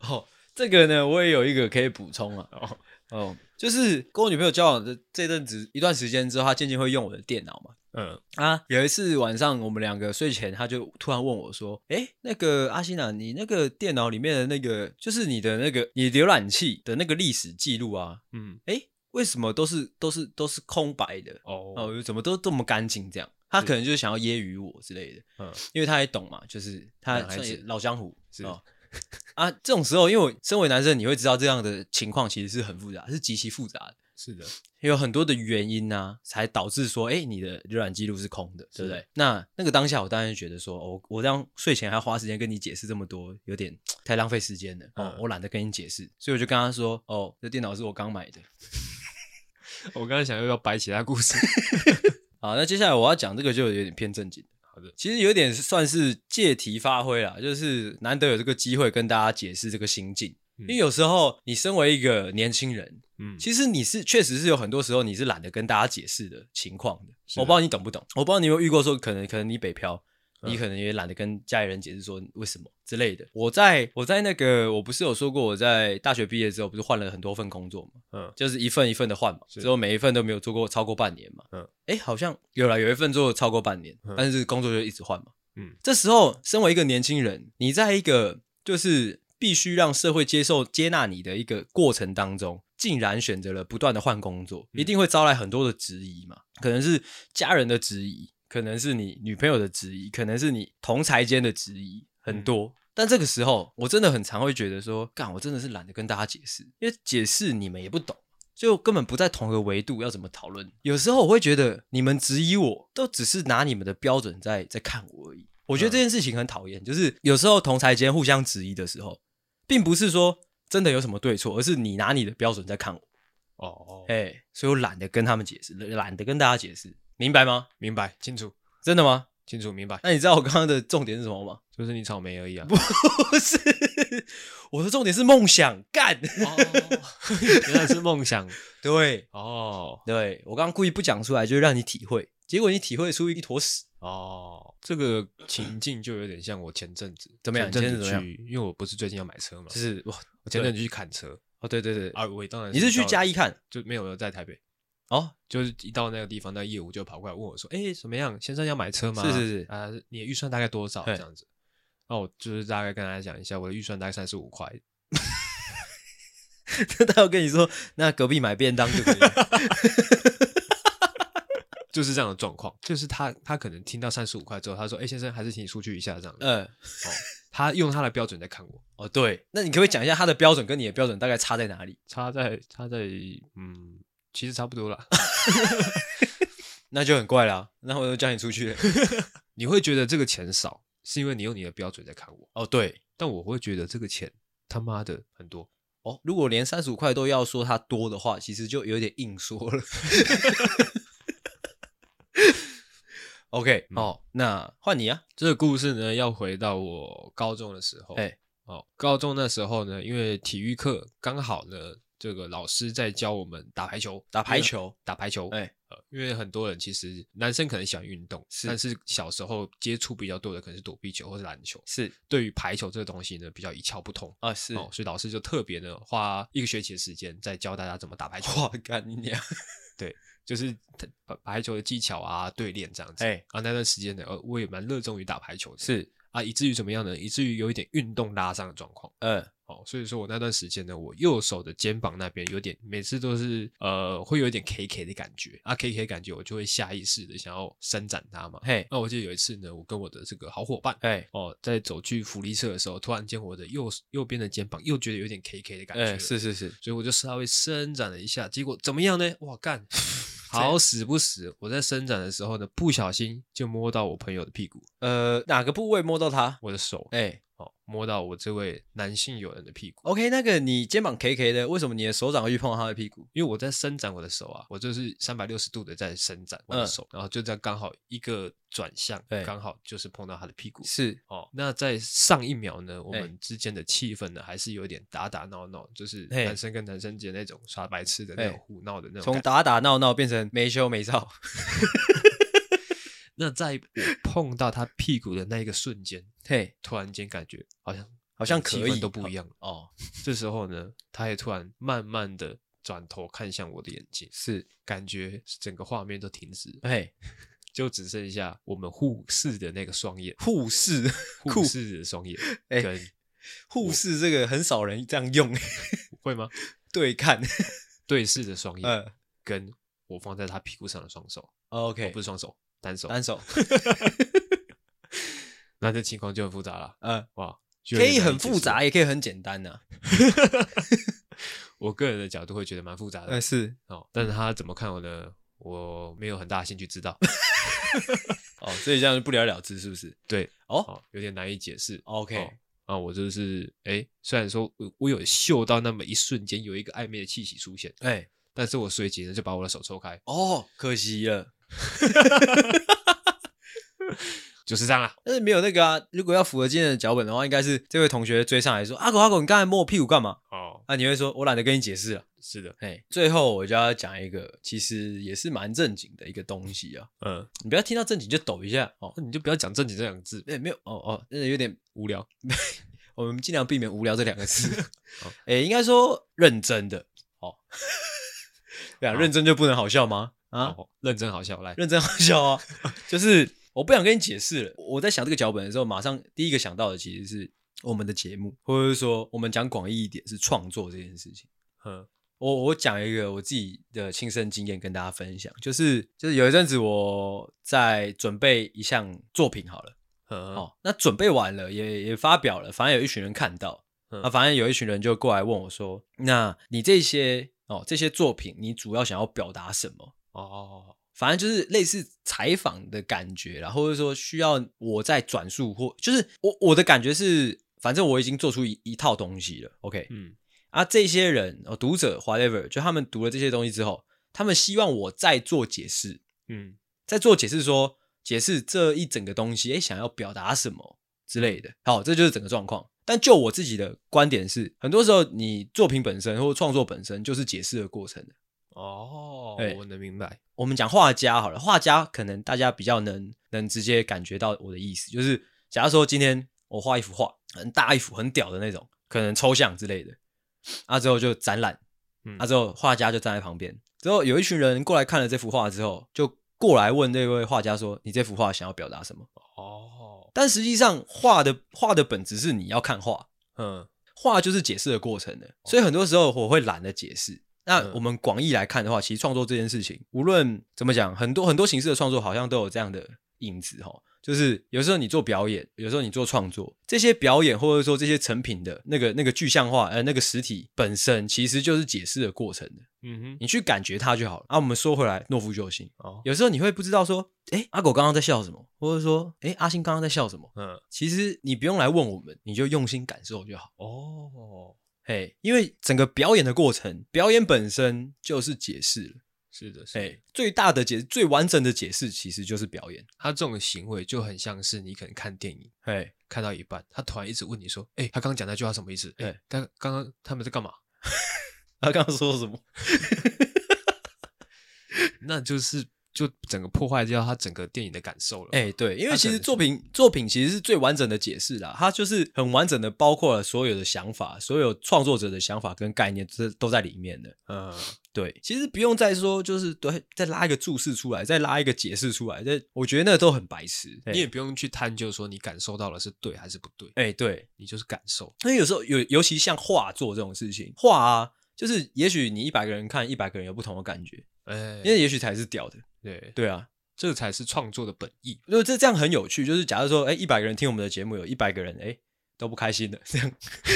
Speaker 1: 哦，这个呢，我也有一个可以补充啊。
Speaker 2: 哦
Speaker 1: 哦，就是跟我女朋友交往的这阵子一段时间之后，她渐渐会用我的电脑嘛。
Speaker 2: 嗯，
Speaker 1: 啊，有一次晚上我们两个睡前，她就突然问我说：“哎，那个阿星啊，你那个电脑里面的那个，就是你的那个你浏览器的那个历史记录啊，
Speaker 2: 嗯，
Speaker 1: 哎，为什么都是都是都是空白的？
Speaker 2: 哦，
Speaker 1: 哦，怎么都这么干净这样？”她
Speaker 2: 是
Speaker 1: 可能就是想要揶揄我之类的。
Speaker 2: 嗯，
Speaker 1: 因为他也懂嘛，就是他
Speaker 2: 男孩
Speaker 1: 算
Speaker 2: 子
Speaker 1: 也老江湖
Speaker 2: 是
Speaker 1: 哦啊。这种时候，因为我身为男生，你会知道这样的情况其实是很复杂，是极其复杂的，
Speaker 2: 是的，
Speaker 1: 有很多的原因呐、才导致说，哎、你的浏览记录是空的，对不对
Speaker 2: 是？
Speaker 1: 那那个当下，我当然觉得说，哦、我我这样睡前还花时间跟你解释这么多，有点太浪费时间了，哦，
Speaker 2: 嗯
Speaker 1: 我懒得跟你解释，所以我就跟他说，哦，这电脑是我刚买的。
Speaker 2: *laughs* 我刚刚想又要摆其他故 *laughs* 事，
Speaker 1: 好，那接下来我要讲这个就有点偏正经。
Speaker 2: 好的，
Speaker 1: 其实有点算是借题发挥啦，就是难得有这个机会跟大家解释这个心境。
Speaker 2: 嗯
Speaker 1: 因为有时候你身为一个年轻人，
Speaker 2: 嗯，
Speaker 1: 其实你是确实是有很多时候你是懒得跟大家解释的情况的。
Speaker 2: 是
Speaker 1: 我不知道你懂不懂，我不知道你有没有遇过说，可能可能你北漂，
Speaker 2: 嗯
Speaker 1: 你可能也懒得跟家里人解释说为什么之类的。我在我在那个我不是有说过，我在大学毕业之后不是换了很多份工作嘛，
Speaker 2: 嗯，
Speaker 1: 就是一份一份的换嘛，
Speaker 2: 是
Speaker 1: 之后每一份都没有做过超过半年嘛。
Speaker 2: 嗯，
Speaker 1: 哎，好像有了有一份做超过半年，
Speaker 2: 嗯
Speaker 1: 但是工作就一直换嘛。
Speaker 2: 嗯，
Speaker 1: 这时候身为一个年轻人，你在一个就是必须让社会接受接纳你的一个过程当中，竟然选择了不断的换工作，
Speaker 2: 嗯
Speaker 1: 一定会招来很多的质疑嘛，可能是家人的质疑，可能是你女朋友的质疑，可能是你同才间的质疑，
Speaker 2: 嗯
Speaker 1: 很多。但这个时候，我真的很常会觉得说，干，我真的是懒得跟大家解释，因为解释你们也不懂。就根本不在同一个维度，要怎么讨论？有时候我会觉得你们质疑我，都只是拿你们的标准在在看我而已。我觉得这件事情很讨厌，就是有时候同才间互相质疑的时候，并不是说真的有什么对错，而是你拿你的标准在看我，
Speaker 2: 哦，
Speaker 1: 哎、所以我懒得跟他们解释，懒得跟大家解释，明白吗？
Speaker 2: 明白，清楚，
Speaker 1: 真的吗？
Speaker 2: 清楚，明白，
Speaker 1: 那你知道我刚刚的重点是什么吗？ *laughs*
Speaker 2: 就是你草莓而已啊，
Speaker 1: 不是，我的重点是梦想，干， *laughs*
Speaker 2: 哦， *laughs* 原来是梦想，
Speaker 1: 对
Speaker 2: 哦，
Speaker 1: 对，我刚刚故意不讲出来，就是让你体会，结果你体会出一坨屎。
Speaker 2: 哦，这个情境就有点像我前阵子
Speaker 1: 怎么样
Speaker 2: 前阵
Speaker 1: 你前
Speaker 2: 子
Speaker 1: 阵子怎么
Speaker 2: 去，因为我不是最近要买车嘛，
Speaker 1: 就是哇，
Speaker 2: 我前阵子去砍车
Speaker 1: 哦，对对对，
Speaker 2: 啊，我当然
Speaker 1: 你是去
Speaker 2: 到
Speaker 1: 嘉义看
Speaker 2: 就没有没有在台北，
Speaker 1: 哦， *laughs*
Speaker 2: 就是一到那个地方，那业务就跑过来问我说：“哎，怎么样，先生要买车吗？
Speaker 1: 是是是
Speaker 2: 啊，你的预算大概多少？
Speaker 1: 嘿
Speaker 2: 这样子。”那我就是大概跟他讲一下，我的预算大概三十五块。
Speaker 1: 他要跟你说，那隔壁买便当就可以了。 *laughs*
Speaker 2: 就是这样的状况，就是他他可能听到三十五块之后，他说：“哎，先生，还是请你出去一下这样子。
Speaker 1: 嗯，
Speaker 2: 哦，他用他的标准在看我，
Speaker 1: 哦对，那你可不可以讲一下他的标准跟你的标准大概差在哪里？
Speaker 2: 差在差在嗯，其实差不多啦。 *laughs*
Speaker 1: 那就很怪啦，那我就叫你出去了。
Speaker 2: 你会觉得这个钱少，是因为你用你的标准在看我，
Speaker 1: 哦对，
Speaker 2: 但我会觉得这个钱他妈的很多。
Speaker 1: 哦，如果连三十五块都要说它多的话，其实就有点硬说了。OK，、
Speaker 2: 嗯
Speaker 1: 哦，那换你啊，
Speaker 2: 这个故事呢，要回到我高中的时候。
Speaker 1: 哎
Speaker 2: 哦，高中那时候呢，因为体育课刚好呢，这个老师在教我们打排球，
Speaker 1: 打排，球，
Speaker 2: 打排球。
Speaker 1: 哎
Speaker 2: 呃，因为很多人其实男生可能喜欢运动，但是小时候接触比较多的可能是躲避球或是篮球，
Speaker 1: 是
Speaker 2: 对于排球这个东西呢，比较一窍不通。
Speaker 1: 啊是，
Speaker 2: 哦，所以老师就特别呢花一个学期的时间在教大家怎么打排球，
Speaker 1: 哇，干你
Speaker 2: *laughs*
Speaker 1: 娘！
Speaker 2: 就是他把排球的技巧啊、对练这样子。
Speaker 1: 哎
Speaker 2: 啊，那段时间呢，呃，我也蛮热衷于打排球的。
Speaker 1: 是，
Speaker 2: 啊，以至于怎么样呢？以至于有一点运动拉伤的状况。
Speaker 1: 嗯，
Speaker 2: 哦，所以说我那段时间呢，我右手的肩膀那边有点，每次都是呃，会有一点 K K 的感觉啊，K K 感觉我就会下意识的想要伸展它嘛。
Speaker 1: 嘿，
Speaker 2: 那我记得有一次呢，我跟我的这个好伙伴
Speaker 1: 哎，
Speaker 2: 哦，在走去福利社的时候，突然间我的右右边的肩膀又觉得有点 K K 的感觉了，
Speaker 1: 哎，是是是，
Speaker 2: 所以我就稍微伸展了一下，结果怎么样呢？哇
Speaker 1: *laughs*
Speaker 2: 干！好死不死，我在伸展的时候呢，不小心就摸到我朋友的屁股，
Speaker 1: 呃，哪个部位摸到它？
Speaker 2: 我的手，
Speaker 1: 哎、
Speaker 2: 哦，摸到我这位男性友人的屁股，
Speaker 1: OK，那个你肩膀 K K 的，为什么你的手掌会去碰到他的屁股？
Speaker 2: 因为我在伸展我的手啊，我就是三百六十度的在伸展我的
Speaker 1: 嗯
Speaker 2: 手，然后就这样刚好一个转向
Speaker 1: 对，
Speaker 2: 刚好就是碰到他的屁股。
Speaker 1: 是
Speaker 2: 哦，那在上一秒呢，我
Speaker 1: 哎
Speaker 2: 们之间的气氛呢，还是有点打打闹闹，就是
Speaker 1: 嘿
Speaker 2: 男生跟男生间那种耍白痴的那种
Speaker 1: 哎
Speaker 2: 胡闹的那种
Speaker 1: 从
Speaker 2: 感觉。
Speaker 1: 打打闹闹变成没羞没 *laughs* 臊。 *laughs*
Speaker 2: 那在我碰到他屁股的那一个瞬间，
Speaker 1: 嘿，
Speaker 2: 突然间感觉好像
Speaker 1: 好像
Speaker 2: 气
Speaker 1: 可
Speaker 2: 氛
Speaker 1: 以
Speaker 2: 都不一样了。
Speaker 1: 哦，
Speaker 2: 这时候呢，他也突然慢慢的转头看向我的眼睛，是感觉整个画面都停止，
Speaker 1: 哎，
Speaker 2: 就只剩下我们护士的那个双眼，
Speaker 1: 护士，
Speaker 2: 护士的双眼
Speaker 1: 哎
Speaker 2: 跟
Speaker 1: 护士这个很少人这样用， *laughs*
Speaker 2: 会吗？
Speaker 1: 对看，
Speaker 2: 对视的双眼
Speaker 1: 嗯
Speaker 2: 跟我放在他屁股上的双手，哦
Speaker 1: ，OK，
Speaker 2: 不是双手，单手。
Speaker 1: 单手， *laughs*
Speaker 2: 那这情况就很复杂了，
Speaker 1: 嗯，
Speaker 2: 哇！
Speaker 1: 可以很复杂，。也可以很简单呐，
Speaker 2: 我个人的角度会觉得蛮复杂的
Speaker 1: 嗯，是，
Speaker 2: 哦，但是他怎么看我呢？我没有很大的兴趣
Speaker 1: *laughs*
Speaker 2: 知道，
Speaker 1: 哦，所以这样就不了了之，是不是？
Speaker 2: 对，
Speaker 1: 哦
Speaker 2: 哦，有点难以解释。
Speaker 1: ，OK，
Speaker 2: 啊，我就是哎，虽然说我我有嗅到那么一瞬间有一个暧昧的气息出现，
Speaker 1: 哎，
Speaker 2: 但是我随即呢就把我的手抽开，
Speaker 1: 哦，可惜了，
Speaker 2: 就是这样啦。
Speaker 1: 但是没有那个啊。如果要符合今天的脚本的话，应该是这位同学追上来说：“阿狗阿狗，你刚才摸我屁股干嘛
Speaker 2: 哦？”，
Speaker 1: 啊，你会说：“我懒得跟你解释了。
Speaker 2: 是的”，
Speaker 1: 哎，最后我就要讲一个，其实也是蛮正经的一个东西啊。
Speaker 2: 嗯，
Speaker 1: 你不要听到正经就抖一下哦。
Speaker 2: 那你就不要讲正经这两个字，
Speaker 1: 哎，没有哦哦，真的有点，
Speaker 2: 无聊。
Speaker 1: *laughs* 我们尽量避免“无聊”这两个 *laughs* 字
Speaker 2: 哦。
Speaker 1: 哎，应该说认真的哦。 *laughs* 对啊，
Speaker 2: 好
Speaker 1: 认真就不能好笑吗？啊，
Speaker 2: 哦，认真好笑，来，
Speaker 1: 认真好笑啊！ *laughs* 就是我不想跟你解释了。我在想这个脚本的时候，马上第一个想到的其实是我们的节目，或者是说我们讲广义一点是创作这件事情。
Speaker 2: 嗯
Speaker 1: 我我讲一个我自己的亲身经验跟大家分享，就是就是有一阵子我在准备一项作品好了，
Speaker 2: 嗯，
Speaker 1: 哦，那准备完了也也发表了，反正有一群人看到，
Speaker 2: 嗯
Speaker 1: 啊，反正有一群人就过来问我说，那你这些哦这些作品，你主要想要表达什么？
Speaker 2: 哦，
Speaker 1: 反正就是类似采访的感觉啦，或者说需要我再转述或就是我我的感觉是，反正我已经做出一一套东西了，OK、
Speaker 2: 嗯
Speaker 1: 啊，这些人哦读者 whatever，就他们读了这些东西之后，他们希望我再做解释，
Speaker 2: 嗯
Speaker 1: 再做解释说解释这一整个东西，诶，想要表达什么之类的。好，这就是整个状况。但就我自己的观点是，很多时候你作品本身或创作本身就是解释的过程。
Speaker 2: 哦
Speaker 1: 哎，
Speaker 2: 我能明白，
Speaker 1: 我们讲画家好了，画家可能大家比较能能直接感觉到我的意思，就是假如说今天我画一幅画，很大一幅很屌的那种，可能抽象之类的，啊之后就展览，
Speaker 2: 嗯
Speaker 1: 啊之后画家就站在旁边，之后有一群人过来看了这幅画之后，就过来问那位画家说：“你这幅画想要表达什么
Speaker 2: 哦？”，
Speaker 1: 但实际上画的画的本质是你要看画，
Speaker 2: 嗯
Speaker 1: 画就是解释的过程的，所以很多时候我会懒得解释。那
Speaker 2: 嗯
Speaker 1: 我们广义来看的话，其实创作这件事情，无论怎么讲，很多很多形式的创作好像都有这样的影子哈。就是有时候你做表演，有时候你做创作，这些表演或者说这些成品的那个那个具象化，呃，那个实体本身其实就是解释的过程的，
Speaker 2: 嗯哼，
Speaker 1: 你去感觉它就好了。啊，我们说回来，诺夫救星，
Speaker 2: 哦，
Speaker 1: 有时候你会不知道说，诶，阿狗刚刚在笑什么，或者说，诶，阿星刚刚在笑什么。
Speaker 2: 嗯
Speaker 1: 其实你不用来问我们，你就用心感受就好。
Speaker 2: 哦，
Speaker 1: 嘿，因为整个表演的过程，表演本身就是解释了。
Speaker 2: 是的，是的
Speaker 1: 嘿，最大的解、最完整的解释其实就是表演。
Speaker 2: 他这种行为就很像是你可能看电影。
Speaker 1: 嘿，
Speaker 2: 看到一半，他突然一直问你说：“哎、他刚刚讲那句话什么意思？”哎、
Speaker 1: 对
Speaker 2: 他刚刚他们在干嘛？ *coughs*
Speaker 1: 他刚刚说什么？
Speaker 2: 那就是就整个破坏掉他整个电影的感受了。
Speaker 1: 哎、对，因为
Speaker 2: 他
Speaker 1: 其
Speaker 2: 可
Speaker 1: 实
Speaker 2: 能是
Speaker 1: 作品作品其实是最完整的解释啦，它就是很完整的包括了所有的想法、所有创作者的想法跟概念，这都在里面的。
Speaker 2: 嗯、
Speaker 1: 对，其实不用再说，就是对，再拉一个注释出来，再拉一个解释出来，这我觉得那都很白痴。
Speaker 2: 你也不用去探究说你感受到了是对还是不对，
Speaker 1: 哎、对，
Speaker 2: 你就是感受。
Speaker 1: 因为有时候有，尤其像画作这种事情，画啊，就是也许你一百个人看，一百个人有不同的感觉，
Speaker 2: 哎、
Speaker 1: 因为也许才是屌的。
Speaker 2: 对，
Speaker 1: 对啊，
Speaker 2: 这才是创作的本意。
Speaker 1: 如果这这样很有趣，就是假如说，哎，一百个人听我们的节目，有一百个人哎都不开心的这样。 *laughs*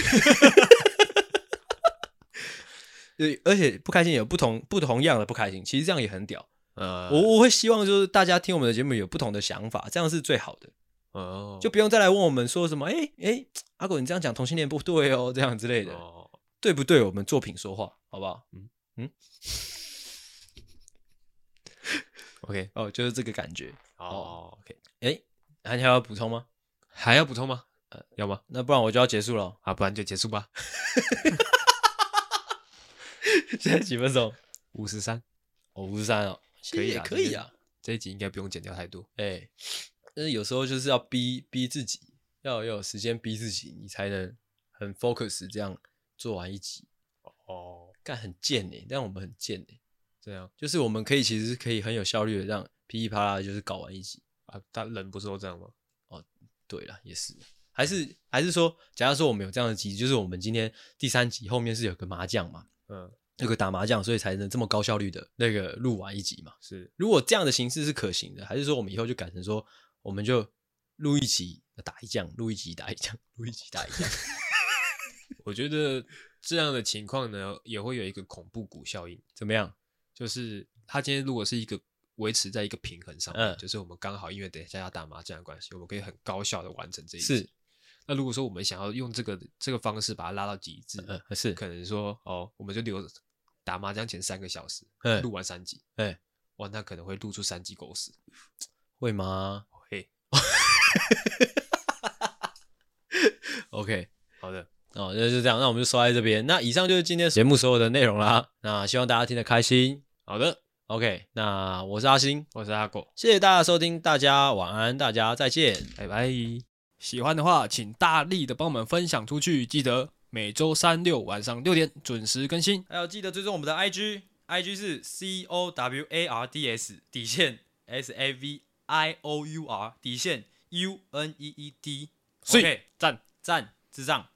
Speaker 1: 对，而且不开心有不同不同样的不开心，其实这样也很屌。
Speaker 2: 呃，
Speaker 1: 我我会希望就是大家听我们的节目有不同的想法，这样是最好的，
Speaker 2: 哦，
Speaker 1: 就不用再来问我们说什么，哎哎，阿狗你这样讲同性恋不对哦，这样之类的。
Speaker 2: 哦，
Speaker 1: 对不对？我们作品说话，好不好？
Speaker 2: OK，
Speaker 1: 哦，就是这个感觉。
Speaker 2: 哦，OK，
Speaker 1: 哎，还还要补充吗？
Speaker 2: 还要补充吗？呃，要吗？
Speaker 1: 那不然我就要结束了
Speaker 2: *laughs*
Speaker 1: 哦。
Speaker 2: 啊，不然就结束吧。
Speaker 1: 现在几分钟？
Speaker 2: 五十三
Speaker 1: *laughs* 我五十三哦，
Speaker 2: 可以啊
Speaker 1: 也可以啊。
Speaker 2: 这一集应该不用剪掉太多。
Speaker 1: 哎，但是有时候就是要逼逼自己，要要有时间逼自己，你才能很 focus 这样做完一集，
Speaker 2: 哦，
Speaker 1: 干很贱哎、但我们很贱哎、
Speaker 2: 这样
Speaker 1: 就是我们可以其实是可以很有效率的让噼里啪啦地就是搞完一集。
Speaker 2: 啊，大人不是都这样吗？
Speaker 1: 对了，也是，还是还是说，假如说我们有这样的集，就是我们今天第三集后面是有个麻将嘛，
Speaker 2: 嗯，
Speaker 1: 有个打麻将，所以才能这么高效率的那个录完一集嘛。
Speaker 2: 是
Speaker 1: 如果这样的形式是可行的，还是说我们以后就改成说，我们就录一集呃打一将，录一集打一将，录一集打一将。
Speaker 2: 我觉得这样的情况呢，也会有一个恐怖谷效应，
Speaker 1: 怎么样？ *laughs*
Speaker 2: 就是他今天如果是一个维持在一个平衡上面，
Speaker 1: 嗯
Speaker 2: 就是我们刚好因为等一下要打麻将的关系，我们可以很高效的完成这一
Speaker 1: 是
Speaker 2: 集。那如果说我们想要用这个这个方式把它拉到极致，
Speaker 1: 呃，是，
Speaker 2: 可能说哦，我们就留打麻将前三个小时
Speaker 1: 嗯
Speaker 2: 录完三集，
Speaker 1: 哎，
Speaker 2: 哇，那可能会录出三集狗屎。
Speaker 1: 会吗
Speaker 2: 嘿，
Speaker 1: *laughs* ？OK，
Speaker 2: 好的，
Speaker 1: 哦，那就这样，那我们就收在这边。那以上就是今天节目所有的内容啦。那希望大家听得开心。
Speaker 2: 好的，
Speaker 1: OK，那我是阿星，
Speaker 2: 我是阿狗，
Speaker 1: 谢谢大家收听，大家晚安，大家再见。
Speaker 2: 拜拜。喜欢的话，请大力的帮我们分享出去，记得每周三六晚上六点准时更新。
Speaker 1: 还有记得追踪我们的 IG，IG 是 C O W A R D S 底线 S A V I O U R 底线 U N E E D。
Speaker 2: 所以
Speaker 1: OK，
Speaker 2: 赞。
Speaker 1: 赞智障。